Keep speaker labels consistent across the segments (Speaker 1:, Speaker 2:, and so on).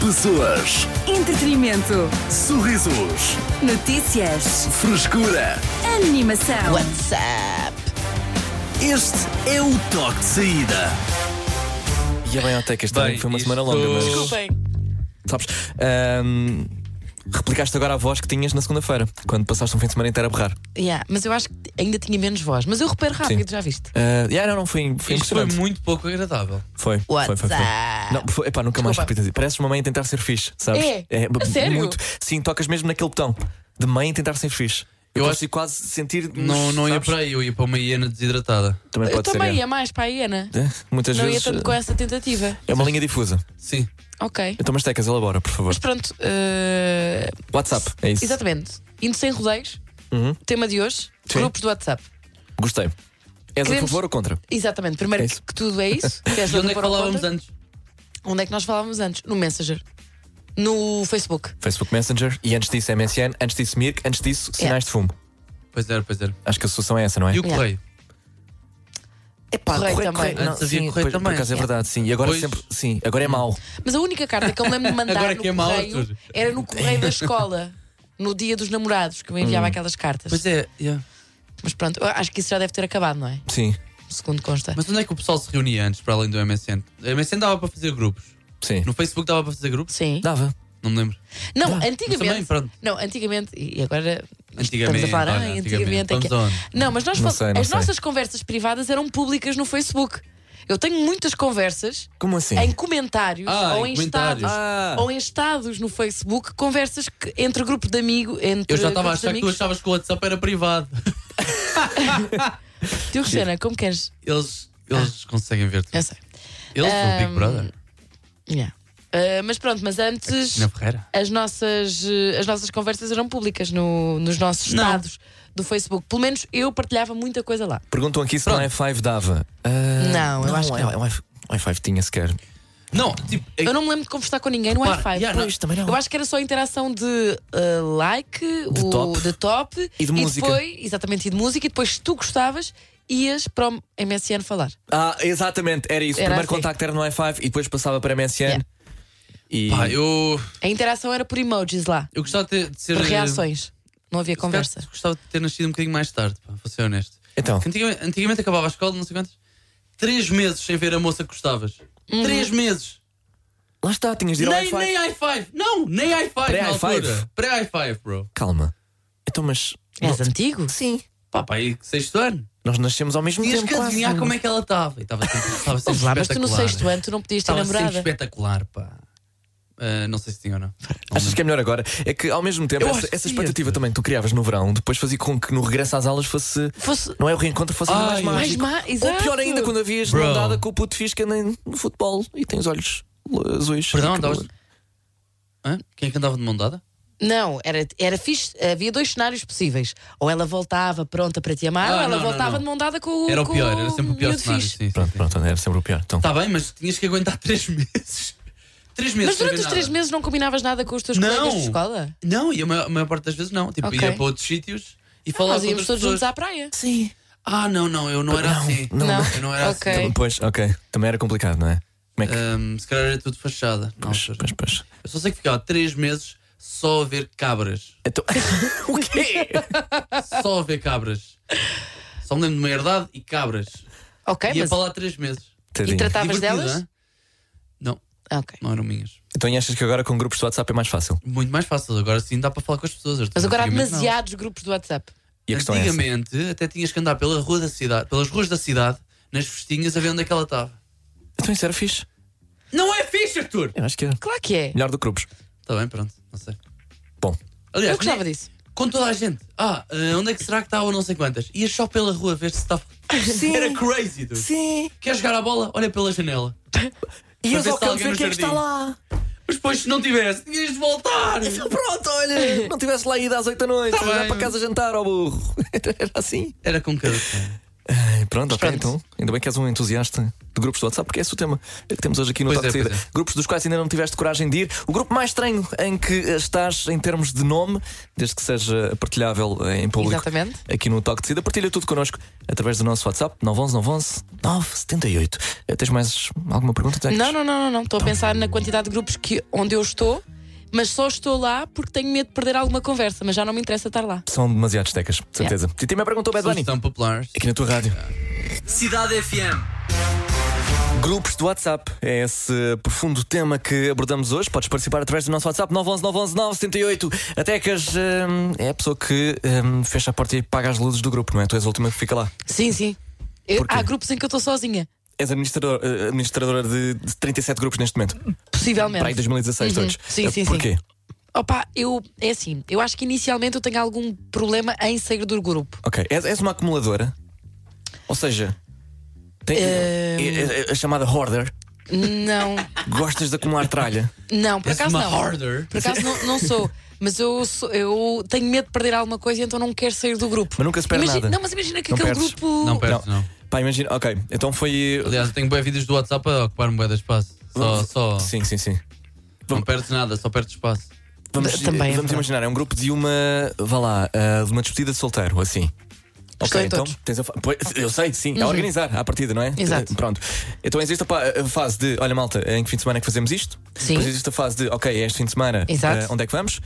Speaker 1: Pessoas,
Speaker 2: Entretenimento.
Speaker 1: sorrisos,
Speaker 2: Notícias.
Speaker 1: frescura.
Speaker 2: Animação.
Speaker 3: WhatsApp.
Speaker 1: Este é o toque de saída.
Speaker 4: Ia bem ao Tech, este
Speaker 5: Bem,
Speaker 4: também foi uma
Speaker 5: isto-
Speaker 4: semana longa, mas.
Speaker 3: Desculpem.
Speaker 4: Sabes? ahm, replicaste agora a voz que tinhas na segunda-feira, quando passaste um fim de semana inteiro a berrar.
Speaker 3: Yeah, mas eu acho que ainda tinha menos voz. Mas eu reparo rápido,
Speaker 4: Sim.
Speaker 3: já viste?
Speaker 4: Ah, yeah, não, não, foi, foi
Speaker 5: Isto foi
Speaker 4: impressionante.
Speaker 5: muito pouco agradável.
Speaker 4: Foi, foi, foi, foi.
Speaker 3: WhatsApp.
Speaker 4: Não, foi, epá, nunca mais
Speaker 3: Desculpa.
Speaker 4: repitas isso. Pareces uma mãe a tentar ser fixe, sabes?
Speaker 3: É?
Speaker 4: b-
Speaker 3: A sério?
Speaker 4: Muito. Sim, tocas mesmo naquele botão de mãe a tentar ser fixe. Eu,
Speaker 5: Eu
Speaker 4: acho quase sentir.
Speaker 5: Não, não ia
Speaker 4: sabes?
Speaker 5: para aí, eu ia para uma hiena desidratada.
Speaker 4: Também
Speaker 3: Eu
Speaker 4: pode ser.
Speaker 3: também
Speaker 4: é.
Speaker 3: ia mais para a Iena.
Speaker 4: É, Muitas
Speaker 3: Não ia
Speaker 4: vezes.
Speaker 3: tanto com essa tentativa.
Speaker 4: É uma linha difusa.
Speaker 5: Sim.
Speaker 3: Ok.
Speaker 4: Então, mas tecas, elabora, por favor.
Speaker 3: Mas pronto. eh,
Speaker 4: WhatsApp, é isso.
Speaker 3: Exatamente. Indo sem rodeios.
Speaker 4: Uhum.
Speaker 3: Tema de hoje.
Speaker 4: Sim.
Speaker 3: Grupos do WhatsApp.
Speaker 4: Gostei. És a
Speaker 3: Queremos-
Speaker 4: favor ou contra?
Speaker 3: Exatamente. Primeiro
Speaker 4: É
Speaker 3: que,
Speaker 4: isso.
Speaker 3: que tudo é isso. Queres
Speaker 5: E onde é que
Speaker 3: favor ou
Speaker 5: falávamos
Speaker 3: contra?
Speaker 5: antes?
Speaker 3: Onde é que nós falávamos antes? No Messenger. No Facebook.
Speaker 4: Facebook Messenger e antes disso MSN, antes disso Mirk, antes disso sinais de fumo.
Speaker 5: Pois era, pois era.
Speaker 4: Acho que a solução é essa, não é?
Speaker 5: E o
Speaker 3: Yeah.
Speaker 5: correio?
Speaker 4: É pá,
Speaker 3: Correio também.
Speaker 4: Não,
Speaker 5: Antes havia
Speaker 4: sim,
Speaker 5: correio
Speaker 4: pois- Por
Speaker 5: também.
Speaker 4: acaso
Speaker 3: Yeah.
Speaker 4: é
Speaker 3: Hum.
Speaker 4: verdade, sim. E agora
Speaker 5: Pois.
Speaker 4: sempre, sim, agora é mau.
Speaker 3: Mas a única carta que eu me lembro de mandar
Speaker 5: Agora
Speaker 3: no
Speaker 5: que é mau,
Speaker 3: correio
Speaker 5: Arthur.
Speaker 3: era no correio da escola, no dia dos namorados, que eu
Speaker 4: Hum.
Speaker 3: enviava aquelas cartas.
Speaker 5: Pois é, yeah.
Speaker 3: Mas pronto, eu acho que isso já deve ter acabado, não é?
Speaker 4: Sim,
Speaker 3: Segundo consta.
Speaker 5: mas onde é que o pessoal se reunia antes, para além do MSN? O MSN dava para fazer grupos.
Speaker 4: sim.
Speaker 5: No Facebook dava para fazer grupos?
Speaker 3: Sim.
Speaker 4: Dava.
Speaker 5: Não me lembro.
Speaker 3: Não,
Speaker 5: Mas também,
Speaker 3: antigamente.
Speaker 5: pronto.
Speaker 3: Não, antigamente. E agora. Estamos
Speaker 5: Antigamente,
Speaker 3: a falar,
Speaker 5: olha,
Speaker 3: ah, antigamente.
Speaker 5: antigamente.
Speaker 3: é que-
Speaker 5: Vamos aonde?
Speaker 3: Não, mas nós
Speaker 4: Não
Speaker 3: fal-
Speaker 4: sei, não
Speaker 3: as
Speaker 4: sei.
Speaker 3: nossas conversas privadas eram públicas no Facebook. Eu tenho muitas conversas
Speaker 4: Como assim?
Speaker 3: em comentários
Speaker 5: Ah,
Speaker 3: ou
Speaker 5: em
Speaker 3: em,
Speaker 5: comentários.
Speaker 3: estados.
Speaker 4: Ah,
Speaker 3: Ou em estados no Facebook, conversas que- entre grupo de amigo, entre
Speaker 5: Eu já estava
Speaker 3: grupos de
Speaker 5: a achar que tu
Speaker 3: amigos.
Speaker 5: achavas que o WhatsApp era privado.
Speaker 3: Diogo Sena, como queres?
Speaker 5: Eles, eles conseguem ver-te.
Speaker 3: Eu sei.
Speaker 5: Eles são o Big
Speaker 3: Ahm,
Speaker 5: Brother.
Speaker 3: Yeah. Uh, mas pronto, mas antes
Speaker 5: Na Ferreira.
Speaker 3: as nossas, uh, as nossas conversas eram públicas no- nos nossos
Speaker 5: Não.
Speaker 3: estados do Facebook. Pelo menos eu partilhava muita coisa lá.
Speaker 4: perguntam aqui se não i5 dava. Ah,
Speaker 3: Não, é um eu acho que não.
Speaker 4: O i5 o i5 um tinha sequer.
Speaker 5: Não, tipo, é-
Speaker 3: Eu não me lembro de conversar com ninguém no
Speaker 5: Repara,
Speaker 3: Wi-Fi.
Speaker 5: yeah, não,
Speaker 4: Pois, também não.
Speaker 3: Eu acho que era só a interação de uh, like,
Speaker 4: De
Speaker 3: o,
Speaker 4: top.
Speaker 3: de top
Speaker 4: E de música.
Speaker 3: depois, exatamente, e de música, e depois, se tu gostavas, ias para o MSN falar.
Speaker 4: Ah, exatamente, era isso. O
Speaker 3: Era
Speaker 4: primeiro
Speaker 3: assim.
Speaker 4: contacto era no i5 e depois passava para MSN.
Speaker 3: Yeah.
Speaker 4: E
Speaker 5: pá, eu,
Speaker 3: A interação era por emojis lá,
Speaker 5: eu gostava de ter- de ser.
Speaker 3: por reações. Não havia conversa.
Speaker 5: Gostava de ter nascido um bocadinho mais tarde, pá, vou ser honesto.
Speaker 4: Então,
Speaker 5: Que Antigamente, antigamente acabava a escola, não sei quantos, três meses sem ver a moça que gostavas.
Speaker 3: Uhum.
Speaker 5: Três meses!
Speaker 4: lá está, tinhas de ir ao
Speaker 5: Nem,
Speaker 4: i5.
Speaker 5: nem i5! Não, nem i5 na
Speaker 4: Pré-i5.
Speaker 5: altura. Pré-i5, bro.
Speaker 4: Calma. Então, mas
Speaker 3: És antigo? Sim.
Speaker 5: Pá, pá, aí sexto ano.
Speaker 4: nós nascemos ao mesmo
Speaker 5: Tinhas
Speaker 4: tempo.
Speaker 5: que
Speaker 4: quase.
Speaker 5: adivinhar como é que ela estava. E Estava sempre, estava sempre
Speaker 3: Ouve lá, mas tu no
Speaker 5: espetacular.
Speaker 3: sexto ano tu não podias ter
Speaker 5: Estava sempre
Speaker 3: namorada.
Speaker 5: espetacular, pá. Ah, não sei se tinha ou não.
Speaker 4: Achas que é melhor agora? É que ao mesmo tempo,
Speaker 5: Eu
Speaker 4: essa,
Speaker 5: acho que
Speaker 4: essa
Speaker 5: sim,
Speaker 4: expectativa
Speaker 5: Arthur.
Speaker 4: também que tu criavas no verão, depois fazia com que no regresso às aulas fosse.
Speaker 3: Fosse
Speaker 4: Não é o reencontro, fosse ainda mais
Speaker 5: Ai,
Speaker 3: mais
Speaker 4: mágico.
Speaker 3: má,
Speaker 4: Ou
Speaker 3: exato.
Speaker 4: pior ainda, quando havias
Speaker 5: Bro.
Speaker 4: mandada com o puto fisca nem no futebol e tens olhos azuis.
Speaker 5: Perdão,
Speaker 4: E que-
Speaker 5: andavas. Hã? Quem é que andava de mão dada?
Speaker 3: Não, era, era fixe. Havia dois cenários possíveis. Ou ela voltava pronta para te amar,
Speaker 5: Ah,
Speaker 3: ou ela
Speaker 5: não, não,
Speaker 3: voltava
Speaker 5: não.
Speaker 3: de mão dada com o.
Speaker 5: Era o
Speaker 3: com
Speaker 5: pior, era sempre o pior
Speaker 3: miúdo
Speaker 5: cenário.
Speaker 3: fixe.
Speaker 5: Sim, sim,
Speaker 4: Pronto,
Speaker 5: sim.
Speaker 4: pronto, era sempre o pior. Então,
Speaker 5: Tá bem, mas tinhas que aguentar três meses. Três meses.
Speaker 3: Mas
Speaker 5: sem ver
Speaker 3: durante os
Speaker 5: nada.
Speaker 3: três meses não combinavas nada com os teus
Speaker 5: Não. Ah,
Speaker 3: colegas de escola?
Speaker 5: Não, e a maior, a maior parte das vezes não. Tipo,
Speaker 3: Ok.
Speaker 5: ia para outros sítios e falava
Speaker 3: Nós
Speaker 5: com
Speaker 3: íamos todos
Speaker 5: outras pessoas.
Speaker 3: juntos à praia.
Speaker 4: sim.
Speaker 5: Ah, não, não, eu não era assim.
Speaker 4: não,
Speaker 3: Não.
Speaker 5: Eu não era
Speaker 3: Ok.
Speaker 5: assim.
Speaker 4: Pois, ok. Também era complicado, não é? Como é que.
Speaker 5: Ahm, se calhar era tudo fachada. na
Speaker 4: pois,
Speaker 5: altura.
Speaker 4: pois, pois.
Speaker 5: Eu só sei que ficava três meses só a ver cabras.
Speaker 4: Então... o quê?
Speaker 5: Só a ver cabras. Só me lembro de uma herdade e cabras.
Speaker 3: Ok,
Speaker 5: Ia
Speaker 3: mas.
Speaker 5: para lá três meses.
Speaker 3: E
Speaker 4: Tadinho.
Speaker 3: tratavas
Speaker 5: Divertido,
Speaker 3: delas?
Speaker 5: hã? Não,
Speaker 3: Ah, Ok.
Speaker 5: não eram minhas.
Speaker 4: Então, e achas que agora com grupos de WhatsApp é mais fácil?
Speaker 5: Muito mais fácil. Agora sim dá para falar com as pessoas. Arthur.
Speaker 3: Mas agora há
Speaker 5: Antigamente, não.
Speaker 3: demasiados grupos do WhatsApp.
Speaker 4: E a questão é. Essa.
Speaker 5: Antigamente até tinhas que andar pela rua da cidade, pelas ruas da cidade, nas festinhas, a ver onde é que ela estava.
Speaker 4: Então, isso era fixe.
Speaker 5: Não é fixe, Arthur!
Speaker 4: Eu acho que era.
Speaker 3: Claro que é.
Speaker 4: Melhor do que grupos.
Speaker 5: Está Tá bem, pronto, não sei.
Speaker 4: Bom.
Speaker 5: Aliás,
Speaker 3: Eu gostava
Speaker 5: nem-
Speaker 3: disso.
Speaker 5: Com toda a gente. Ah, ah, onde é que será que está ou não sei quantas? Ias só pela rua ver se estava. Era crazy, dude.
Speaker 4: Sim.
Speaker 5: Quer jogar a bola? Olha pela janela.
Speaker 4: E
Speaker 5: Para
Speaker 4: eu
Speaker 5: ver
Speaker 4: só
Speaker 5: se há
Speaker 4: quero
Speaker 5: alguém
Speaker 4: ver
Speaker 5: no
Speaker 4: quem é que está
Speaker 5: jardim.
Speaker 4: lá.
Speaker 5: Mas depois, se não tivesse, tinhas de voltar!
Speaker 4: Então pronto, olha, não tivesse lá ido às 8 da noite,
Speaker 5: Tá
Speaker 4: já
Speaker 5: bem.
Speaker 4: para casa jantar ao burro. Era assim.
Speaker 5: Era com cada. um. pessoa.
Speaker 4: Ai, Pronto, ok,
Speaker 3: pronto.
Speaker 4: então. Ainda bem que és um entusiasta de grupos do WhatsApp, porque é esse o tema que temos hoje aqui no
Speaker 5: Pois
Speaker 4: Toque
Speaker 5: é,
Speaker 4: de Saída.
Speaker 5: pois é.
Speaker 4: Grupos dos quais ainda não tiveste coragem de ir. O grupo mais estranho em que estás em termos de nome, desde que seja partilhável eh, em público.
Speaker 3: Exatamente.
Speaker 4: Aqui no Toque de Saída. Partilha tudo connosco através do nosso WhatsApp 911 911 978. Eh, Tens mais alguma pergunta? Tecos?
Speaker 3: Não, não, não, não, não. Estou a pensar na quantidade de grupos que, onde eu estou, mas só estou lá porque tenho medo de perder alguma conversa, mas já não me interessa estar lá.
Speaker 4: São demasiados tecas, de certeza. Yeah. Titima perguntou Bad Bunny.
Speaker 5: Sugestão popular.
Speaker 4: Aqui na tua rádio.
Speaker 1: Cidade FM.
Speaker 4: Grupos do WhatsApp é esse profundo tema que abordamos hoje. Podes participar através do nosso WhatsApp 911 911 978. A Tecas hum, é a pessoa que hum, fecha a porta e apaga as luzes do grupo, não é? Tu és a última que fica lá.
Speaker 3: Sim, sim. Eu-
Speaker 4: Porquê?
Speaker 3: há grupos em que eu estou sozinha.
Speaker 4: És administrador, eh, administradora de de 37 grupos neste momento.
Speaker 3: Possivelmente.
Speaker 4: Para aí 2016
Speaker 3: Uhum.
Speaker 4: todos.
Speaker 3: Sim,
Speaker 4: Eh,
Speaker 3: sim, sim.
Speaker 4: Porquê?
Speaker 3: Opa, eu. É assim, eu acho que inicialmente eu tenho algum problema em sair do grupo.
Speaker 4: Ok. És, és uma acumuladora? Ou seja, tem,
Speaker 3: Eh,
Speaker 4: é- é- é a chamada hoarder.
Speaker 3: Não,
Speaker 4: Gostas de acumular tralha?
Speaker 3: não, por
Speaker 5: És
Speaker 3: acaso
Speaker 5: uma
Speaker 3: não.
Speaker 5: hoarder.
Speaker 3: Por acaso não, não sou. Mas eu, sou- eu tenho medo de perder alguma coisa, então não quero sair do grupo.
Speaker 4: Mas nunca se perde
Speaker 3: Imagina-
Speaker 4: nada.
Speaker 3: Não, mas imagina que
Speaker 4: Não
Speaker 3: aquele
Speaker 4: perdes.
Speaker 3: grupo.
Speaker 5: Não perdes, não.
Speaker 4: Pá, imagina. Ok, então foi.
Speaker 5: Aliás, eu tenho boas vídeos do WhatsApp a ocupar-me bué de espaço. Só, só.
Speaker 4: Sim, sim, sim.
Speaker 5: Não perdes nada, só perdes espaço.
Speaker 4: Vamos,
Speaker 3: D- também é
Speaker 4: vamos
Speaker 3: verdade.
Speaker 4: imaginar, é um grupo de uma. Vá lá, ah, de uma despedida de solteiro, assim.
Speaker 3: Estou em
Speaker 4: então
Speaker 3: todos. Uhum.
Speaker 4: tens a fa- pois, eu sei, sim, é organizar à partida, não é?
Speaker 3: Exato.
Speaker 4: Pronto. Então existe a, pa- a fase de, olha malta, em que fim de semana é que fazemos isto?
Speaker 3: Sim.
Speaker 4: Depois existe a fase de, ok, é este fim de semana,
Speaker 3: Exato. Uhum.
Speaker 4: ah, onde é que vamos?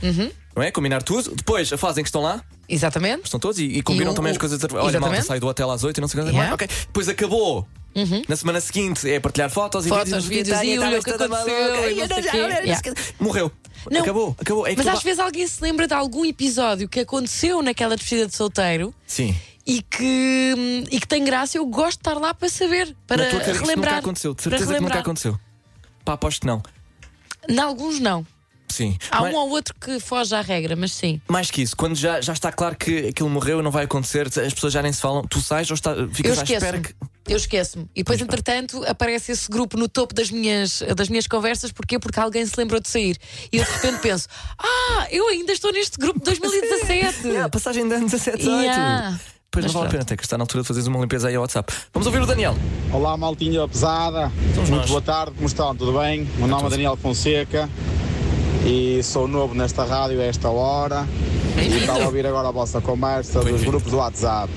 Speaker 4: Não é? Combinar tudo. Depois a fase em que estão lá,
Speaker 3: Exatamente.
Speaker 4: estão todos e, e combinam
Speaker 3: E o-
Speaker 4: também as
Speaker 3: o-
Speaker 4: coisas. Olha malta,
Speaker 3: exatamente.
Speaker 4: sai do hotel às 8 e não sei o que.
Speaker 3: Yeah. Uhum.
Speaker 4: mais. Ok. Depois acabou. Na semana seguinte é partilhar fotos,
Speaker 3: Fotos,
Speaker 4: e vídeos,
Speaker 3: vídeos,
Speaker 4: Ai,
Speaker 3: e
Speaker 4: eu
Speaker 3: olha o que
Speaker 4: estava toda
Speaker 3: aconteceu,
Speaker 4: maluca,
Speaker 3: e
Speaker 4: ai, eu
Speaker 3: não sei
Speaker 4: já-
Speaker 3: quê.
Speaker 4: olha,
Speaker 3: Yeah.
Speaker 4: Morreu.
Speaker 3: Não.
Speaker 4: Acabou, acabou. É
Speaker 3: Mas
Speaker 4: aquilo-
Speaker 3: às vezes alguém se lembra de algum episódio que aconteceu naquela despedida de solteiro
Speaker 4: Sim.
Speaker 3: e que, hum, e que tem graça. Eu gosto de estar lá para saber, para
Speaker 4: Na tua cara, isto
Speaker 3: relembrar.
Speaker 4: nunca aconteceu, de
Speaker 3: para
Speaker 4: certeza que nunca
Speaker 3: relembrar.
Speaker 4: aconteceu. Pá, aposto que não.
Speaker 3: Em alguns não.
Speaker 4: Sim.
Speaker 3: Há
Speaker 4: mais,
Speaker 3: um ou outro que foge à regra, mas sim.
Speaker 4: mais que isso, quando já, já está claro que aquilo morreu, não vai acontecer, as pessoas já nem se falam, tu sais ou está,
Speaker 3: Eu
Speaker 4: ficas à espera
Speaker 3: esqueço-me.
Speaker 4: que.
Speaker 3: Eu esqueço-me. E depois, entretanto, aparece esse grupo no topo das minhas, das minhas conversas. Porquê? Porque alguém se lembrou de sair. E eu de repente penso: Ah, eu ainda estou neste grupo de 2017.
Speaker 4: Yeah, Ah, passagem de ano 17, 18.
Speaker 3: Yeah.
Speaker 4: Pois não
Speaker 3: Mas
Speaker 4: vale a
Speaker 3: pronto.
Speaker 4: pena, até que está na altura de fazeres uma limpeza aí ao WhatsApp. Vamos ouvir o Daniel.
Speaker 6: Olá, maltinha pesada.
Speaker 4: Somos
Speaker 6: Muito
Speaker 4: nós.
Speaker 6: boa tarde, como estão? Tudo bem? O meu nome é Daniel Fonseca e sou novo nesta rádio a esta hora. E estava a
Speaker 3: Bem-vindo.
Speaker 6: ouvir agora a vossa conversa dos
Speaker 4: Bem-vindo.
Speaker 6: grupos do WhatsApp.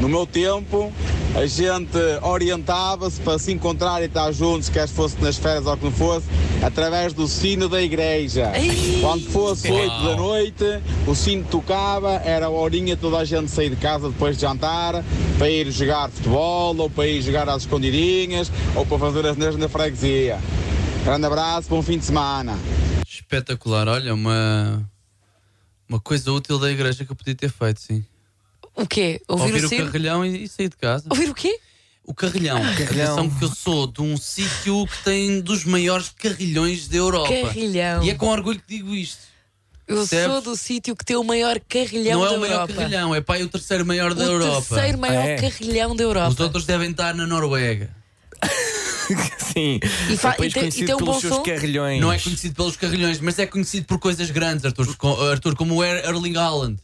Speaker 6: No meu tempo, a gente orientava-se para se encontrar e estar juntos, quer fosse nas férias ou que não fosse, através do sino da igreja.
Speaker 3: Ei!
Speaker 6: Quando fosse 8 da noite, o sino tocava, era a horinha toda a gente sair de casa depois de jantar, para ir jogar futebol, ou para ir jogar às escondidinhas, ou para fazer as neiras na freguesia. Grande abraço, bom fim de semana.
Speaker 5: Espetacular, olha, uma, uma coisa útil da igreja que eu podia ter feito, sim.
Speaker 3: O quê? Ouvir,
Speaker 5: Ouvir,
Speaker 3: o
Speaker 5: o
Speaker 3: sino?
Speaker 5: carrilhão e, e sair de casa.
Speaker 3: Ouvir o quê?
Speaker 5: O carrilhão.
Speaker 4: Carrilhão.
Speaker 5: Atenção que eu sou de um sítio que tem dos maiores carrilhões da Europa.
Speaker 3: Carrilhão.
Speaker 5: E é com orgulho que digo isto.
Speaker 3: Eu
Speaker 5: Percebes?
Speaker 3: sou do sítio que tem o maior carrilhão
Speaker 5: não
Speaker 3: da
Speaker 5: é o maior
Speaker 3: Europa.
Speaker 5: carrilhão, é pá, é o terceiro maior da
Speaker 3: o
Speaker 5: Europa.
Speaker 3: terceiro maior
Speaker 4: Ah, é?
Speaker 3: carrilhão da Europa.
Speaker 5: Os outros devem estar na Noruega.
Speaker 4: Sim.
Speaker 3: E fa-
Speaker 4: É um país
Speaker 3: e tem- e
Speaker 4: conhecido
Speaker 3: tem um
Speaker 4: pelos
Speaker 3: bom
Speaker 4: seus
Speaker 3: som?
Speaker 4: carrilhões.
Speaker 5: Não é conhecido pelos carrilhões, mas é conhecido por coisas grandes, Arthur, com- Arthur como o Er- Erling Haaland.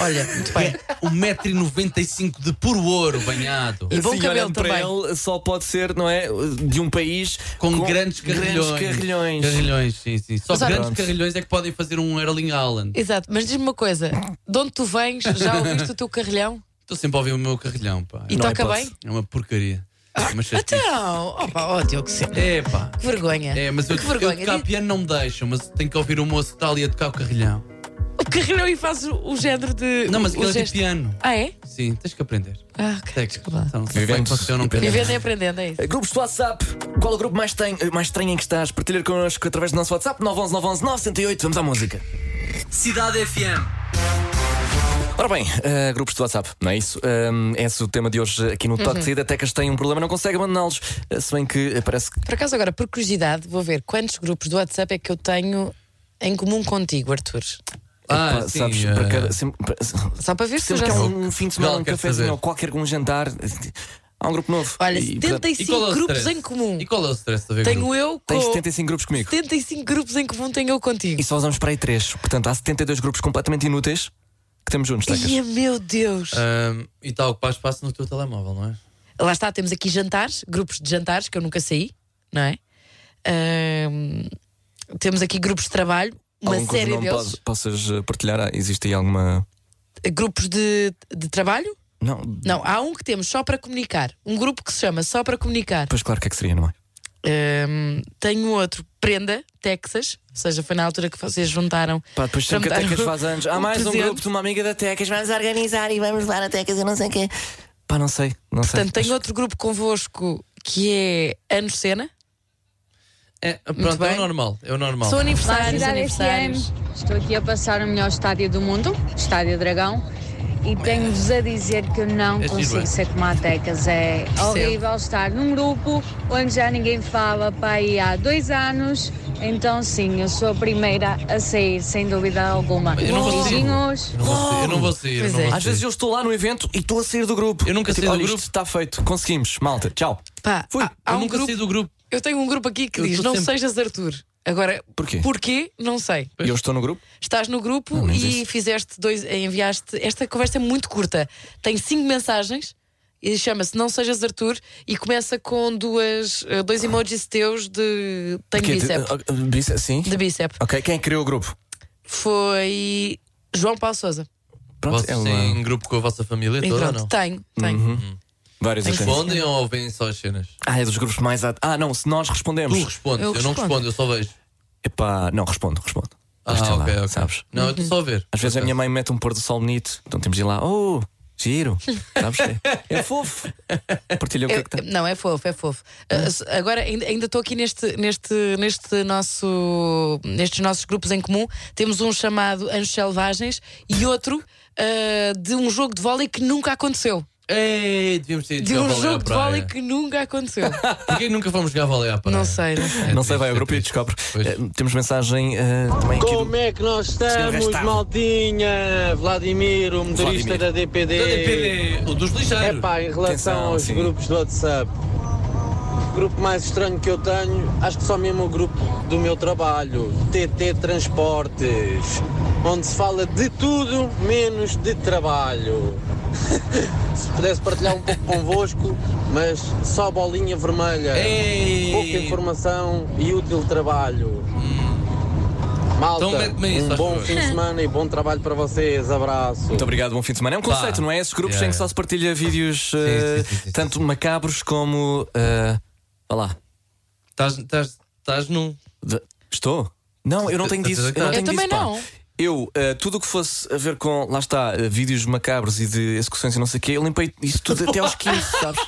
Speaker 3: Olha, muito bem.
Speaker 5: 1,95m de puro ouro banhado.
Speaker 3: E bom
Speaker 4: Assim,
Speaker 3: cabelo
Speaker 4: olhando para
Speaker 3: também.
Speaker 4: ele, só pode ser, não é? De um país
Speaker 5: Com, grandes carrilhões.
Speaker 4: grandes carrilhões.
Speaker 5: Carrilhões, sim, sim. Só
Speaker 3: Mas olha-
Speaker 5: grandes carrilhões é que podem fazer um Erling Haaland.
Speaker 3: Exato, mas diz-me uma coisa: de onde tu vens, já ouviste o teu carrilhão?
Speaker 5: Estou sempre a ouvir o meu carrilhão, pá.
Speaker 3: E tá-
Speaker 4: Não há
Speaker 3: toca
Speaker 4: hipótese.
Speaker 3: bem?
Speaker 5: É uma porcaria. É uma chatice.
Speaker 3: Então, opa, ó, Diogo, que
Speaker 5: É, pá.
Speaker 3: vergonha.
Speaker 5: É, mas eu,
Speaker 3: que
Speaker 5: eu
Speaker 3: vergonha.
Speaker 5: tocar
Speaker 3: Diz-
Speaker 5: piano não me deixam, mas tenho que ouvir o moço que está ali a tocar o carrilhão.
Speaker 3: O carrilhão e faz o, o género de.
Speaker 5: Não, mas
Speaker 3: o
Speaker 5: aquilo é de
Speaker 3: gesto.
Speaker 5: piano.
Speaker 3: Ah, é?
Speaker 5: Sim, tens que aprender.
Speaker 3: Ah, ok.
Speaker 5: Tens que-
Speaker 3: Desculpa.
Speaker 5: Então, se
Speaker 4: Vivemos.
Speaker 5: bem que eu não quero.
Speaker 3: Vivendo e aprendendo, é isso.
Speaker 4: Eh, Grupos do WhatsApp, qual o grupo mais, tem, eh, mais estranho em que estás? Partilha connosco através do nosso WhatsApp 911 911 908. Vamos à música.
Speaker 1: Cidade FM.
Speaker 4: Ora bem, eh, grupos do WhatsApp, não é isso? Ahm, esse é o tema de hoje aqui no Toque de Saída. Tecas tem um problema, não consegue abandoná-los. Eh, se bem que eh, parece que.
Speaker 3: Por acaso, agora, por curiosidade, vou ver quantos grupos do WhatsApp é que eu tenho em comum contigo, Arthur.
Speaker 5: Ah,
Speaker 4: pá,
Speaker 5: sim,
Speaker 4: sabes,
Speaker 5: eh,
Speaker 4: para cada- sempre, para-
Speaker 3: Só para ver se tu
Speaker 4: sempre
Speaker 3: já
Speaker 4: que há
Speaker 5: é
Speaker 3: sei.
Speaker 4: um fim de semana, um
Speaker 5: Qualquer
Speaker 4: cafezinho
Speaker 5: fazer.
Speaker 4: ou qualquer um jantar, eh, há um grupo novo.
Speaker 3: Olha,
Speaker 4: E, portanto,
Speaker 5: E
Speaker 3: 75
Speaker 5: qual é o
Speaker 3: grupos
Speaker 5: stress?
Speaker 3: em comum.
Speaker 5: E qual é o stress da ver grupo?
Speaker 3: Tenho eu com.
Speaker 4: Tens 75 grupos comigo
Speaker 3: 75 grupos em comum tenho eu contigo.
Speaker 4: e só usamos para aí 3. Portanto, há 72 grupos completamente inúteis que temos juntos, tá, Tecas.
Speaker 3: Ia, meu Deus.
Speaker 5: Ahm, e está a ocupar espaço no teu telemóvel, não é?
Speaker 3: Lá está, temos aqui jantares, grupos de jantares, que eu nunca saí, não é? Ahm, temos aqui grupos de trabalho, uma
Speaker 4: Alguma coisa
Speaker 3: série
Speaker 4: não
Speaker 3: deles.
Speaker 4: po- possas eh, partilhar? Ah, Existe aí alguma.
Speaker 3: Grupos de, de trabalho?
Speaker 4: Não,
Speaker 3: Não, há um que temos só para comunicar. Um grupo que se chama Só para Comunicar.
Speaker 4: Pois claro que é que seria, não é?
Speaker 3: Ahm, tenho outro, Prenda, Texas. Ou seja, foi na altura que vocês juntaram.
Speaker 4: Pá, depois
Speaker 3: para
Speaker 4: sempre
Speaker 3: me
Speaker 4: que a
Speaker 3: dar
Speaker 4: Tecas
Speaker 3: o-
Speaker 4: faz anos. Há
Speaker 3: o
Speaker 4: mais um
Speaker 3: presente.
Speaker 4: grupo de uma amiga da Tecas, vamos organizar e vamos levar a Tecas e não sei o quê. Pá, não sei, não
Speaker 3: Portanto,
Speaker 4: sei.
Speaker 3: tenho outro grupo convosco que é Anos Cena.
Speaker 5: É, pronto, é
Speaker 3: bem.
Speaker 5: o normal. É o normal.
Speaker 3: São
Speaker 7: Olá,
Speaker 3: aniversários,
Speaker 7: Cidade
Speaker 3: aniversários.
Speaker 7: FM. Estou aqui a passar o melhor estádio do mundo, Estádio Dragão, e tenho-vos a dizer que eu não
Speaker 5: É giro, é?
Speaker 7: consigo ser como a Tecas. É horrível estar num grupo onde já ninguém fala para aí há dois anos. Então, sim, eu sou a primeira a sair, sem dúvida alguma.
Speaker 5: Eu não vou sair.
Speaker 7: Beijinhos.
Speaker 5: Eu não vou sair, eu não vou sair. eu
Speaker 3: Pois
Speaker 5: não vou
Speaker 3: é.
Speaker 5: sair.
Speaker 4: Às vezes eu estou lá no evento e estou a sair do grupo.
Speaker 5: Eu nunca
Speaker 4: É
Speaker 5: saí do
Speaker 4: olha,
Speaker 5: grupo.
Speaker 4: isto Está feito, conseguimos, malta, tchau.
Speaker 3: Pá,
Speaker 4: Fui.
Speaker 3: há- há
Speaker 5: Eu
Speaker 3: um
Speaker 5: nunca
Speaker 3: grupo-
Speaker 5: saí do grupo.
Speaker 3: Eu tenho um grupo aqui que
Speaker 5: Eu
Speaker 3: diz:
Speaker 5: tô
Speaker 3: Não
Speaker 5: sempre-
Speaker 3: sejas Arthur. Agora,
Speaker 4: Porquê?
Speaker 3: porquê? Não sei.
Speaker 4: E Eu estou no grupo?
Speaker 3: Estás no grupo
Speaker 4: Não, mas
Speaker 3: e
Speaker 4: isso-
Speaker 3: fizeste dois, eh, enviaste. Esta conversa é muito curta. Tem cinco mensagens e chama-se Não Sejas Arthur e começa com duas, eh, dois emojis teus de. Tenho
Speaker 4: Porquê?
Speaker 3: bíceps.
Speaker 4: Ah, ah, bíceps, Sim.
Speaker 3: De bíceps.
Speaker 4: Ok, quem é criou o grupo?
Speaker 3: Foi João Paulo Souza.
Speaker 4: Pronto,
Speaker 5: Vocês
Speaker 3: um
Speaker 4: é uma...
Speaker 5: têm grupo com a vossa família
Speaker 3: E
Speaker 5: toda ou
Speaker 3: pronto,
Speaker 5: não?
Speaker 3: tenho, tenho.
Speaker 4: Uhum. vários atendentes.
Speaker 5: Respondem ou ouvem só as cenas?
Speaker 4: Ah, é dos grupos mais. at- Ah, não, se nós
Speaker 5: Tu
Speaker 4: respondemos.
Speaker 5: respondes, eu,
Speaker 3: Eu
Speaker 5: não
Speaker 3: respondo.
Speaker 5: respondo, eu só vejo.
Speaker 4: Epá, não, respondo, respondo.
Speaker 5: Ah,
Speaker 4: Mas
Speaker 3: é
Speaker 4: sei lá,
Speaker 5: ok, ok.
Speaker 4: Sabes?
Speaker 5: Não, eu estou só a ver.
Speaker 4: Às vezes a minha mãe mete um pôr do sol bonito, então temos de ir lá, oh, giro, sabes? É- É fofo. Partilha o que é
Speaker 3: Eu-
Speaker 4: que tem. Uhum.
Speaker 3: não, é fofo, é fofo. Ah, se- agora ainda ainda estou aqui neste, neste, neste nosso, nestes nossos grupos em comum. Temos um chamado Anjos Selvagens e outro ah, de um jogo de vôlei que nunca aconteceu.
Speaker 5: Ei, devíamos ter ido
Speaker 3: De
Speaker 5: jogar
Speaker 3: um
Speaker 5: vôlei à
Speaker 3: jogo de
Speaker 5: praia.
Speaker 3: vôlei que nunca aconteceu.
Speaker 5: Porquê que nunca fomos jogar vôlei à praia?
Speaker 3: não sei, não sei.
Speaker 5: É
Speaker 4: tá- Não sei,
Speaker 5: triste,
Speaker 4: vai
Speaker 5: é
Speaker 4: ao grupo e
Speaker 5: triste.
Speaker 4: descobre.
Speaker 5: Pois.
Speaker 4: Eh, Temos mensagem eh, também aqui. do-
Speaker 8: Como é que nós estamos,
Speaker 4: Gastão.
Speaker 8: Maltinha? Vladimir, o motorista
Speaker 4: Vladimir.
Speaker 8: da DPD.
Speaker 5: Da DPD, o dos
Speaker 8: É
Speaker 5: lixeiros.
Speaker 8: pá, em relação
Speaker 4: Atenção,
Speaker 8: aos
Speaker 4: sim.
Speaker 8: grupos do WhatsApp, o grupo mais estranho que eu tenho, acho que só mesmo o grupo do meu trabalho, TT Transportes, onde se fala de tudo menos de trabalho. se pudesse partilhar um pouco convosco, mas só bolinha vermelha.
Speaker 5: Ei.
Speaker 8: Pouca informação e útil trabalho. Malta,
Speaker 5: Então mete-me isso,
Speaker 8: um
Speaker 5: faz
Speaker 8: bom
Speaker 5: favor.
Speaker 8: fim de semana e bom trabalho para vocês. Abraço.
Speaker 4: Muito obrigado, bom fim de semana. É um conceito, não é? Esses grupos
Speaker 5: Yeah,
Speaker 4: em que só
Speaker 5: yeah.
Speaker 4: se partilha vídeos eh,
Speaker 5: sim, sim, sim,
Speaker 4: tanto macabros como. eh, Vá lá.
Speaker 5: Estás- Estás estás num.
Speaker 4: De- Estou? Não, eu não tenho disso. Eu, não
Speaker 5: Eu
Speaker 4: tenho
Speaker 3: também
Speaker 4: disso, pá.
Speaker 3: não.
Speaker 4: Eu, eh, tudo o que fosse a ver com, lá está, eh, vídeos macabros e de execuções e não sei o quê, eu limpei isso tudo até aos 15, sabes?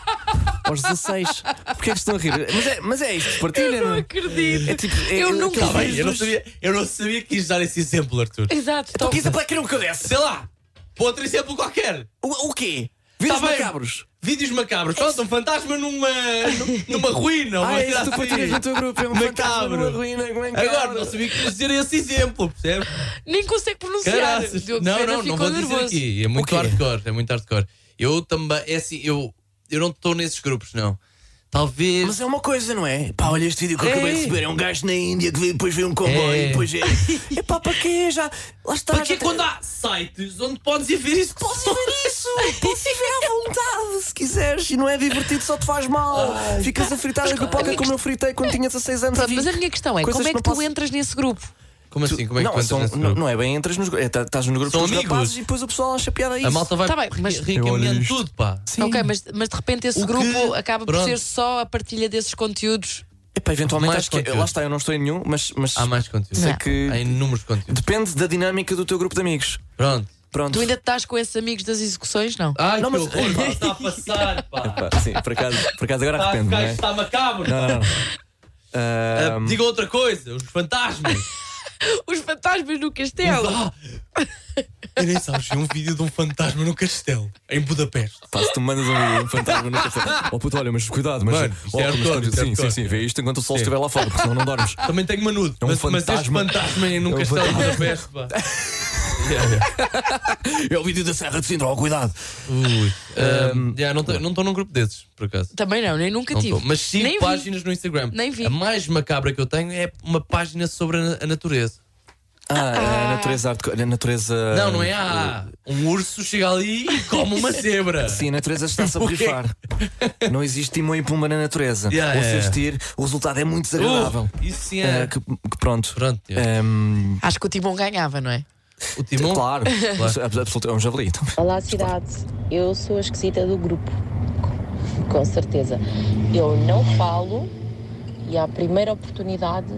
Speaker 4: aos 16. Porquê é que estão a rir? Mas é, mas é isto, partilha, não é?
Speaker 3: acredito.
Speaker 4: É tipo, é-
Speaker 3: Eu
Speaker 4: é
Speaker 3: nunca
Speaker 4: aqueles
Speaker 5: Tá bem,
Speaker 4: vídeos
Speaker 5: eu não
Speaker 4: dos-
Speaker 5: sabia, eu não sabia que quis dar esse exemplo, Arthur.
Speaker 3: Exato,
Speaker 4: Então,
Speaker 3: então,
Speaker 4: que isso é para que não que eu desse?
Speaker 5: Sei lá, para outro exemplo qualquer.
Speaker 4: O, o quê? Vídeos
Speaker 5: Tá bem.
Speaker 4: macabros.
Speaker 5: Vídeos macabros. Pronto, um fantasma numa, nu- numa ruína. uma
Speaker 4: Ah, é isso que tu
Speaker 5: coisa assim.
Speaker 4: partilhas no teu grupo. É um fantasma
Speaker 5: Macabro.
Speaker 4: numa ruína, como é que
Speaker 5: Agora,
Speaker 4: abre?
Speaker 5: não sabia que quis dizer esse exemplo, percebes?
Speaker 3: então, nem consegue pronunciar.
Speaker 5: Caraças.
Speaker 3: Diogo
Speaker 5: Não,
Speaker 3: Pereira
Speaker 5: não, não
Speaker 3: ficou
Speaker 5: vou dizer
Speaker 3: nervoso.
Speaker 5: aqui. É muito
Speaker 4: quê?
Speaker 5: hardcore, é muito hardcore. Eu também, é assim, eu, eu não estou nesses grupos, não. Talvez.
Speaker 4: Mas é uma coisa, não é? Pá, olha este vídeo que eu acabei de
Speaker 5: É.
Speaker 4: receber. É um gajo na Índia que veio, depois veio um comboio
Speaker 5: É.
Speaker 4: e depois é. É pá, para quê? Já. Lá está.
Speaker 5: Porque
Speaker 4: já tem-
Speaker 5: quando há sites onde podes ir ver isso,
Speaker 4: Podes ver isso! Podes ver à vontade, se quiseres. E não é divertido, só te faz mal. Ficas a fritar a pipoca como eu fritei quando tinha 16 anos.
Speaker 5: Tá,
Speaker 3: Pronto, mas a minha questão é:
Speaker 4: Coisas
Speaker 3: como é
Speaker 4: que
Speaker 3: que
Speaker 4: não
Speaker 3: tu
Speaker 4: posso-
Speaker 3: entras nesse grupo?
Speaker 5: Como assim? Como é que tu
Speaker 4: não,
Speaker 5: entras
Speaker 4: são-
Speaker 5: nesse
Speaker 4: não,
Speaker 5: grupo?
Speaker 4: não é bem, entras nos grupos. É, tá- Estás no grupo
Speaker 5: São
Speaker 4: dos
Speaker 5: amigos.
Speaker 4: rapazes e depois o pessoal acha piada a isso.
Speaker 5: A malta vai
Speaker 3: Tá bem, mas-
Speaker 5: recaminhando tudo, pá.
Speaker 3: Ok, mas, mas de repente esse
Speaker 5: O que-
Speaker 3: grupo acaba por
Speaker 5: Pronto.
Speaker 3: ser só a partilha desses conteúdos.
Speaker 4: Epá, eventualmente
Speaker 5: Mais
Speaker 4: acho que. é,
Speaker 5: conteúdo.
Speaker 4: Lá está, eu não estou em nenhum, mas. mas
Speaker 5: Há mais conteúdo.
Speaker 4: sei
Speaker 3: Não.
Speaker 4: que.
Speaker 5: Há inúmeros conteúdos.
Speaker 4: Depende da dinâmica do teu grupo de amigos.
Speaker 5: Pronto.
Speaker 4: Pronto.
Speaker 3: Tu ainda estás com esses amigos das execuções, não?
Speaker 5: Ai,
Speaker 4: Não,
Speaker 5: que
Speaker 4: mas-
Speaker 5: horror, pá. Está a passar, pá.
Speaker 4: Pá, sim, por acaso, por acaso agora
Speaker 5: Está,
Speaker 4: arrependo, não é?
Speaker 5: está Tá macabro.
Speaker 4: Não, não, não.
Speaker 5: Ah,
Speaker 4: Ah,
Speaker 5: Diga outra coisa, os fantasmas.
Speaker 3: Os fantasmas no castelo.
Speaker 5: Ah, eu nem sabes, vi um vídeo de um fantasma no castelo, em Budapeste.
Speaker 4: pá, se tu me mandas um, um fantasma no castelo. Oh puto, olha, mas cuidado, mas.
Speaker 5: Mano, isto
Speaker 4: oh,
Speaker 5: é
Speaker 4: mas
Speaker 5: hardcore,
Speaker 4: quando-
Speaker 5: isto é
Speaker 4: sim, sim,
Speaker 5: hardcore.
Speaker 4: sim, vê isto enquanto o sol estiver lá fora, porque senão não dormes.
Speaker 5: Também tenho manudo,
Speaker 4: É um
Speaker 5: mas, mas este
Speaker 4: fantasma.
Speaker 5: fantasma é num
Speaker 4: É um
Speaker 5: castelo de
Speaker 4: fantasma.
Speaker 5: Budapeste, pá.
Speaker 4: É o vídeo da Serra de Sintra, oh, cuidado.
Speaker 5: Ui, ah, yeah, não estou num grupo desses, por acaso.
Speaker 3: Também não, nem nunca
Speaker 5: Não
Speaker 3: tive.
Speaker 5: tô. Mas sigo
Speaker 3: nem vi.
Speaker 5: páginas no Instagram.
Speaker 3: Nem vi.
Speaker 5: A mais macabra que eu tenho é uma página sobre a, a natureza.
Speaker 4: Ah, a natureza hardcore. A natureza.
Speaker 5: Não, não é A. Um urso chega ali e come uma zebra.
Speaker 4: Sim, a natureza está-se a
Speaker 5: Porquê?
Speaker 4: borrifar. Não existe timão e pumba na natureza.
Speaker 5: Yeah,
Speaker 4: Ou
Speaker 5: yeah,
Speaker 4: se
Speaker 5: yeah.
Speaker 4: existir, o resultado é muito desagradável.
Speaker 5: Uh, isso sim é.
Speaker 4: Eh, que, que pronto.
Speaker 5: Pronto, yeah.
Speaker 4: Ehm,
Speaker 3: Acho que o Timon ganhava, não é?
Speaker 5: O timão.
Speaker 4: Claro, Abs- absoluto- é um javali. então.
Speaker 9: Olá, cidade. Eu sou a esquisita do grupo, com certeza. Eu não falo e à primeira oportunidade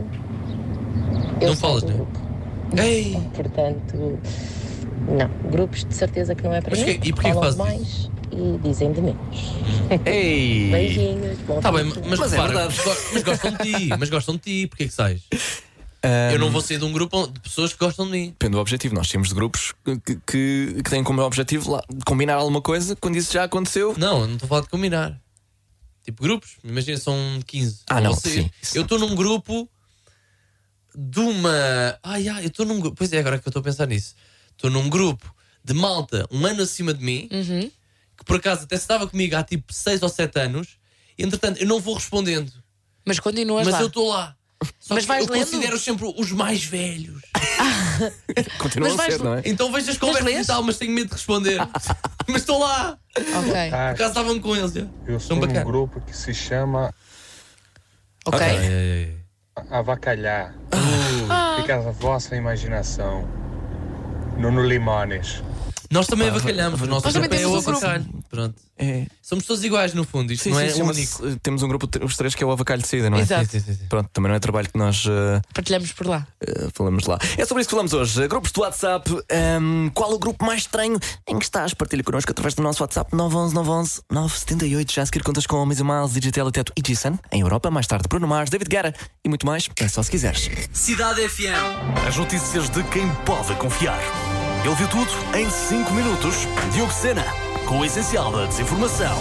Speaker 9: eu
Speaker 5: Não
Speaker 9: saio
Speaker 5: falas,
Speaker 9: do
Speaker 5: né?
Speaker 9: grupo.
Speaker 5: Ei!
Speaker 9: Portanto, não, grupos de certeza que não é para
Speaker 5: Mas
Speaker 9: mim.
Speaker 5: que- e porquê que
Speaker 9: falam
Speaker 5: fazes
Speaker 9: de mais e dizem de menos.
Speaker 4: Ei!
Speaker 9: Beijinhos, bom
Speaker 5: Tá bem,
Speaker 9: fim de
Speaker 5: mas,
Speaker 4: Mas é
Speaker 5: repara,
Speaker 4: verdade.
Speaker 5: go- mas gostam de ti, mas gostam de ti, porque é que sais? Eu não vou sair de um grupo de pessoas que gostam de mim.
Speaker 4: Depende do objetivo. Nós temos de grupos que, que, que têm como objetivo lá, combinar alguma coisa quando isso já aconteceu.
Speaker 5: Não, eu não estou a falar de combinar. Tipo grupos, imagina, são 15.
Speaker 4: Ah, não,
Speaker 5: Vou sair.
Speaker 4: sim, isso.
Speaker 5: Eu estou num grupo de uma. Ai, ai, eu estou num grupo. Pois é, agora que eu estou a pensar nisso. Estou num grupo de malta, um ano acima de mim,
Speaker 9: Uhum.
Speaker 5: que por acaso até se estava comigo há tipo 6 ou 7 anos. Entretanto, eu não vou respondendo,
Speaker 3: Mas continuas
Speaker 5: mas,
Speaker 3: lá.
Speaker 5: eu estou lá. Só
Speaker 3: Mas
Speaker 5: que
Speaker 3: vais
Speaker 5: eu
Speaker 3: lendo?
Speaker 5: considero sempre os mais velhos.
Speaker 4: Continua
Speaker 3: Mas
Speaker 4: a
Speaker 3: vais-
Speaker 4: ser, não é?
Speaker 5: Então vejo as conversas
Speaker 3: lês?
Speaker 5: e tal, mas tenho medo de responder. mas estou lá.
Speaker 3: Ok,
Speaker 5: Por acaso estavam com eles. já.
Speaker 10: Eu
Speaker 5: São
Speaker 10: sou num
Speaker 5: bacana.
Speaker 10: grupo que se chama
Speaker 3: ok.
Speaker 10: Avacalhar.
Speaker 5: Ah.
Speaker 10: Fica a vossa imaginação. Nuno Limones.
Speaker 5: Nós também avacalhamos, o nosso
Speaker 3: Nós também
Speaker 5: grupo é o
Speaker 3: temos um
Speaker 5: avacalho. Pronto.
Speaker 4: É.
Speaker 5: Somos todos iguais no fundo, isto
Speaker 4: Sim,
Speaker 5: não
Speaker 4: sim,
Speaker 5: é
Speaker 4: chama-se-
Speaker 5: único.
Speaker 4: Temos um grupo, de- os três, que é o Avacalho de Saída, não é?
Speaker 3: Exato.
Speaker 5: Sim, sim, sim.
Speaker 4: Pronto, também não é trabalho que nós eh,
Speaker 3: Partilhamos por lá.
Speaker 4: eh, falamos lá. É sobre isso que falamos hoje. Grupos de WhatsApp. ehm, qual o grupo mais estranho em que estás? Partilha connosco através do nosso WhatsApp 911 911 978. Já a seguir contas com Homens e Miles, Digital e Teto e Jason. Em Europa, mais tarde, Bruno Mars, David Guerra e muito mais. É só se quiseres.
Speaker 1: Cidade FM. As notícias de quem pode confiar. Ele viu tudo em 5 minutos. Diogo Sena, com o essencial da desinformação.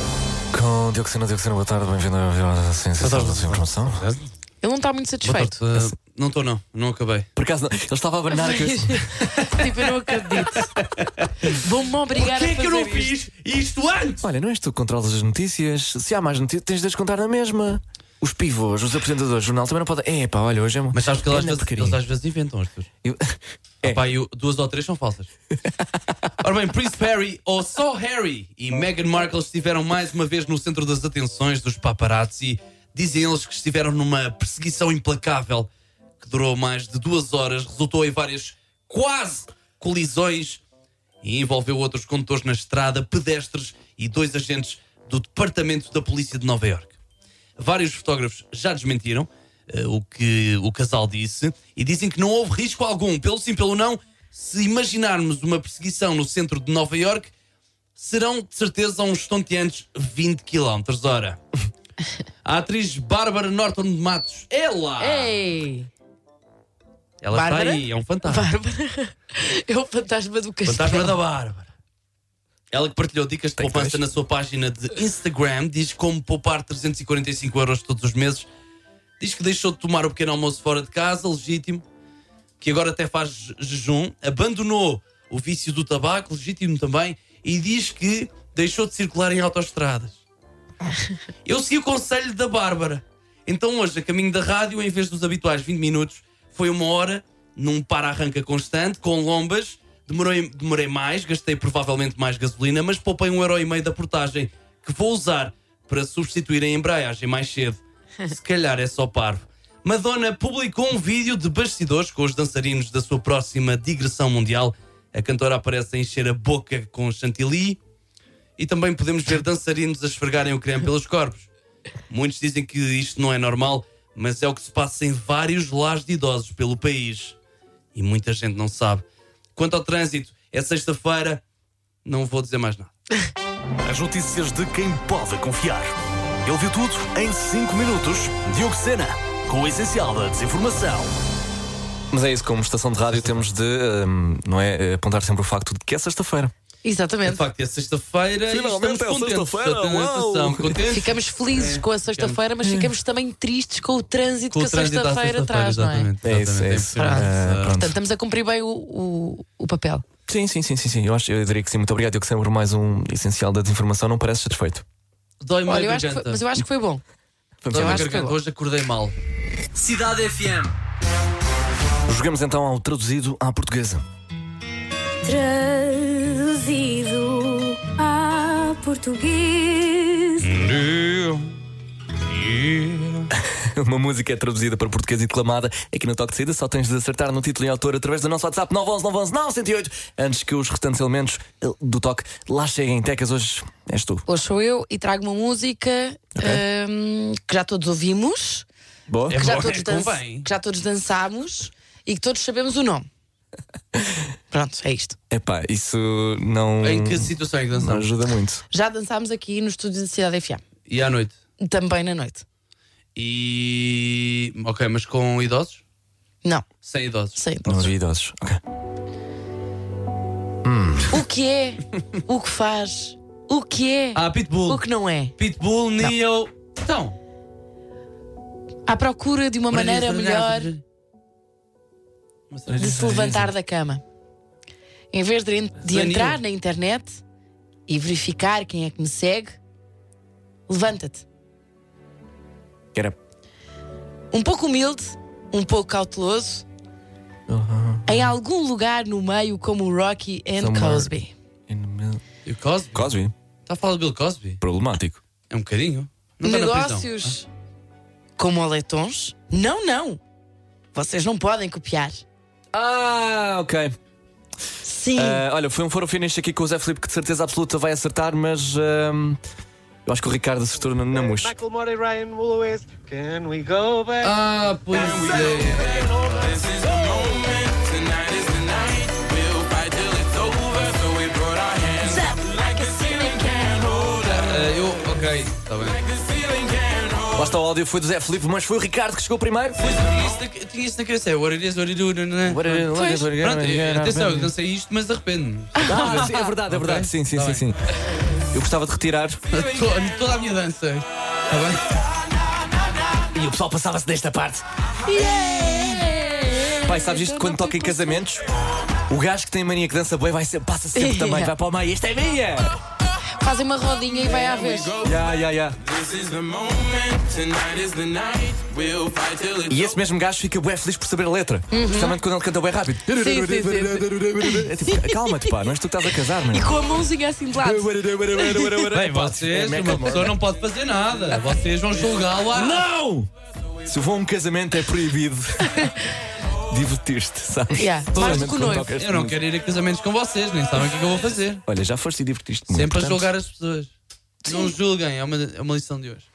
Speaker 4: Com Dioxina, Dioxina, boa tarde, bem-vindo à Ciência da Desinformação.
Speaker 3: Ele não está muito satisfeito.
Speaker 5: eh, não estou, não, não acabei.
Speaker 4: Por acaso, não, ele estava a abanar que eu-
Speaker 3: tipo, eu não acredito. Vão-me obrigar
Speaker 5: é
Speaker 3: a fazer isto.
Speaker 5: isto antes?
Speaker 4: Olha, não és tu que controlas as notícias? Se há mais notícias, tens de as contar na mesma. Os pivôs, os apresentadores do jornal também não podem. É, pá, olha, hoje é uma.
Speaker 5: Mas sabes que eles às,
Speaker 4: Grande
Speaker 5: vezes,
Speaker 4: porcaria.
Speaker 5: eles às vezes inventam as pessoas.
Speaker 4: Eu-
Speaker 5: Opa, eu- duas ou três são falsas. Ora bem, Prince Harry ou só Harry e Meghan Markle estiveram mais uma vez no centro das atenções dos paparazzi. Dizem eles que estiveram numa perseguição implacável que durou mais de duas horas, resultou em várias quase colisões e envolveu outros condutores na estrada, pedestres e dois agentes do Departamento da Polícia de Nova Iorque. Vários fotógrafos já desmentiram eh, o que o casal disse e dizem que não houve risco algum, pelo sim, pelo não. Se imaginarmos uma perseguição no centro de Nova Iorque, serão de certeza uns estonteantes 20 km hora. A atriz Bárbara Norton de Matos, ela!
Speaker 3: Ei!
Speaker 5: Ela
Speaker 3: Bárbara?
Speaker 5: está aí, é um fantasma.
Speaker 3: Bárbara. É o fantasma do castelo.
Speaker 5: Fantasma da Bárbara. Ela que partilhou dicas de poupança na sua página de Instagram, diz como poupar 345 euros todos os meses. Diz que deixou de tomar o pequeno almoço fora de casa, legítimo, que agora até faz je- jejum, abandonou o vício do tabaco, legítimo também, e diz que deixou de circular em autoestradas. Eu segui o conselho da Bárbara. Então hoje, a caminho da rádio, em vez dos habituais 20 minutos, foi uma hora num para-arranca constante, com lombas. Demorei, demorei mais, gastei provavelmente mais gasolina, mas poupei um euro e meio da portagem que vou usar para substituir a embreagem mais cedo. Se calhar é só parvo. Madonna publicou um vídeo de bastidores com os dançarinos da sua próxima digressão mundial. A cantora aparece a encher a boca com chantilly e também podemos ver dançarinos a esfregarem o creme pelos corpos. Muitos dizem que isto não é normal, mas é o que se passa em vários lares de idosos pelo país. E muita gente não sabe. Quanto ao trânsito, é sexta-feira, não vou dizer mais nada.
Speaker 1: As notícias de quem pode confiar. Ele viu tudo em 5 minutos. Diogo Sena, com o essencial da desinformação.
Speaker 4: Mas é isso, como estação de rádio temos de hum, não é, apontar sempre o facto de que é sexta-feira.
Speaker 5: De
Speaker 3: Exatamente.
Speaker 5: facto, é sexta-feira e
Speaker 4: Finalmente
Speaker 5: estamos
Speaker 4: é
Speaker 5: contentes.
Speaker 4: sexta-feira, uau!
Speaker 5: Estamos contentes.
Speaker 3: Ficamos felizes com a sexta-feira, mas ficamos também tristes com o trânsito
Speaker 5: É. Com o
Speaker 3: que a
Speaker 5: trânsito à
Speaker 3: sexta-feira
Speaker 5: sexta-feira,
Speaker 3: traz, não é?
Speaker 5: exatamente.
Speaker 4: É isso, é
Speaker 5: exatamente.
Speaker 4: isso.
Speaker 5: impossível.
Speaker 4: Ah, pronto.
Speaker 3: Portanto, estamos a cumprir bem o, o, o papel.
Speaker 4: Sim, sim, sim, sim, sim. Eu, acho, eu diria que sim. Muito obrigado, Diogo Sena, por mais um essencial da desinformação. Não parece satisfeito.
Speaker 5: Ah, Dói-me
Speaker 3: Olha, eu
Speaker 5: a
Speaker 3: acho que foi,
Speaker 5: garganta.
Speaker 3: mas eu acho que foi bom.
Speaker 4: Vamos
Speaker 5: Dói-me a
Speaker 3: acho
Speaker 4: embora.
Speaker 3: que foi
Speaker 5: garganta.
Speaker 3: bom.
Speaker 5: Hoje acordei mal.
Speaker 1: Cidade FM.
Speaker 4: Jogamos então ao traduzido à portuguesa.
Speaker 11: Traduzido a português.
Speaker 4: Uma música é traduzida para português e declamada aqui no Toque de Saída. Só tens de acertar no título e autor através do nosso WhatsApp 911 911 908 antes que os restantes elementos eh, do toque lá cheguem. Tecas, hoje és tu.
Speaker 3: Hoje sou eu e trago uma música hum, que já todos ouvimos,
Speaker 4: Boa?
Speaker 3: que, já
Speaker 5: boa,
Speaker 3: todos
Speaker 5: é,
Speaker 3: dan-
Speaker 5: convém.
Speaker 3: que já todos dançámos e que todos sabemos o nome. Pronto, é isto.
Speaker 4: Epá, isso não,
Speaker 5: Em que situação é que
Speaker 4: Hum. não
Speaker 5: dançamos?
Speaker 4: ajuda muito.
Speaker 3: Já dançámos aqui no estúdio da Cidade FM,
Speaker 5: E à noite?
Speaker 3: também na noite.
Speaker 5: E. Ok, mas com idosos?
Speaker 3: Não,
Speaker 5: Sem idosos.
Speaker 3: sei.
Speaker 4: Não havia idosos. Ok.
Speaker 3: O que é? O que faz? O que é?
Speaker 5: Ah, Pitbull.
Speaker 3: O que não é?
Speaker 5: Pitbull, Neo. Então.
Speaker 3: À procura de uma maneira melhor
Speaker 5: é
Speaker 3: de se levantar da cama. Em vez de, en- de
Speaker 5: Zanil.
Speaker 3: entrar na internet e verificar quem é que me segue, levanta-te.
Speaker 4: Que era.
Speaker 3: Um pouco humilde, um pouco cauteloso, em algum lugar no meio, como o Rocky and
Speaker 4: Somewhere.
Speaker 3: Cosby.
Speaker 5: E o Cosby?
Speaker 4: Cosby,
Speaker 5: Está a falar do Bill Cosby?
Speaker 4: problemático.
Speaker 5: É um bocadinho. Não está na prisão.
Speaker 3: Negócios como oletons? Não, não. Vocês não podem copiar.
Speaker 4: Ah, ok.
Speaker 3: Sim.
Speaker 4: Ah, olha, foi um foro finish aqui com o Zé Felipe que de certeza absoluta vai acertar, mas ahm, eu acho que o Ricardo acertou na, na mousse.
Speaker 8: Moore e Ryan Mulloways, can we go back?
Speaker 5: Ah, pois é. Ah, eu. Ok, está bem.
Speaker 4: Lá está o áudio, foi do Zé Felipe, mas foi o Ricardo que chegou primeiro.
Speaker 5: Tinha isso na- tinha isso na cabeça. É what it is, what it do, não, não, não.
Speaker 4: What it is, what it is, what it do,
Speaker 5: Pronto,
Speaker 4: não, não, não,
Speaker 5: atenção,
Speaker 4: não.
Speaker 5: eu dancei isto, mas arrependo-me.
Speaker 4: Ah, sim, é verdade, é verdade. Sim, sim,
Speaker 5: Tá
Speaker 4: sim, sim. Eu gostava de retirar.
Speaker 5: To- Toda a minha dança. Tá Está
Speaker 4: E o pessoal passava-se desta parte. Pai, sabes isto quando toca em casamentos? O gajo que tem mania que dança bem vai ser, passa sempre também, vai para o meio. Esta é minha!
Speaker 3: Fazem uma rodinha e vai à vez.
Speaker 4: Ya, ya, ya. E esse mesmo gajo fica bué feliz por saber a letra. Principalmente quando ele canta bem rápido.
Speaker 3: sim, sim,
Speaker 4: É tipo, calma-te, pá, não és tu que estás a casar,
Speaker 3: E
Speaker 4: mano.
Speaker 3: com a mãozinha assim de lado.
Speaker 5: bem. Bem,
Speaker 4: Pá, é
Speaker 5: vocês, uma
Speaker 4: Macklemore.
Speaker 5: pessoa não pode fazer nada. Vocês vão julgá-lo à-
Speaker 4: Não! Se vou a um casamento é proibido. Divertir-te, sabes?
Speaker 3: Yeah, mais do
Speaker 4: Principalmente
Speaker 3: que o
Speaker 4: quando
Speaker 3: noivo.
Speaker 4: tocas
Speaker 5: Eu não
Speaker 4: música.
Speaker 5: quero ir a casamentos com vocês, nem sabem o que é que eu vou fazer.
Speaker 4: Olha, já foste e divertiste muito.
Speaker 5: Sempre a
Speaker 4: portanto,
Speaker 5: julgar as pessoas. Não julguem, é uma, é uma lição de hoje.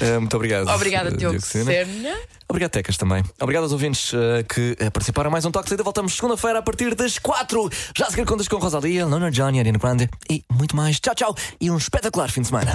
Speaker 4: eh, muito obrigado.
Speaker 3: Obrigada,
Speaker 4: eh,
Speaker 3: Diogo
Speaker 4: Sena.
Speaker 3: Serna.
Speaker 4: Obrigado, Tecas, também. Obrigado aos ouvintes eh, que eh, participaram. Mais um toque de saída. Voltamos segunda-feira a partir das 4. Já a seguir contas com Rosalia, Lona Johnny, Ariana Grande e muito mais. Tchau, tchau. E um espetacular fim de semana.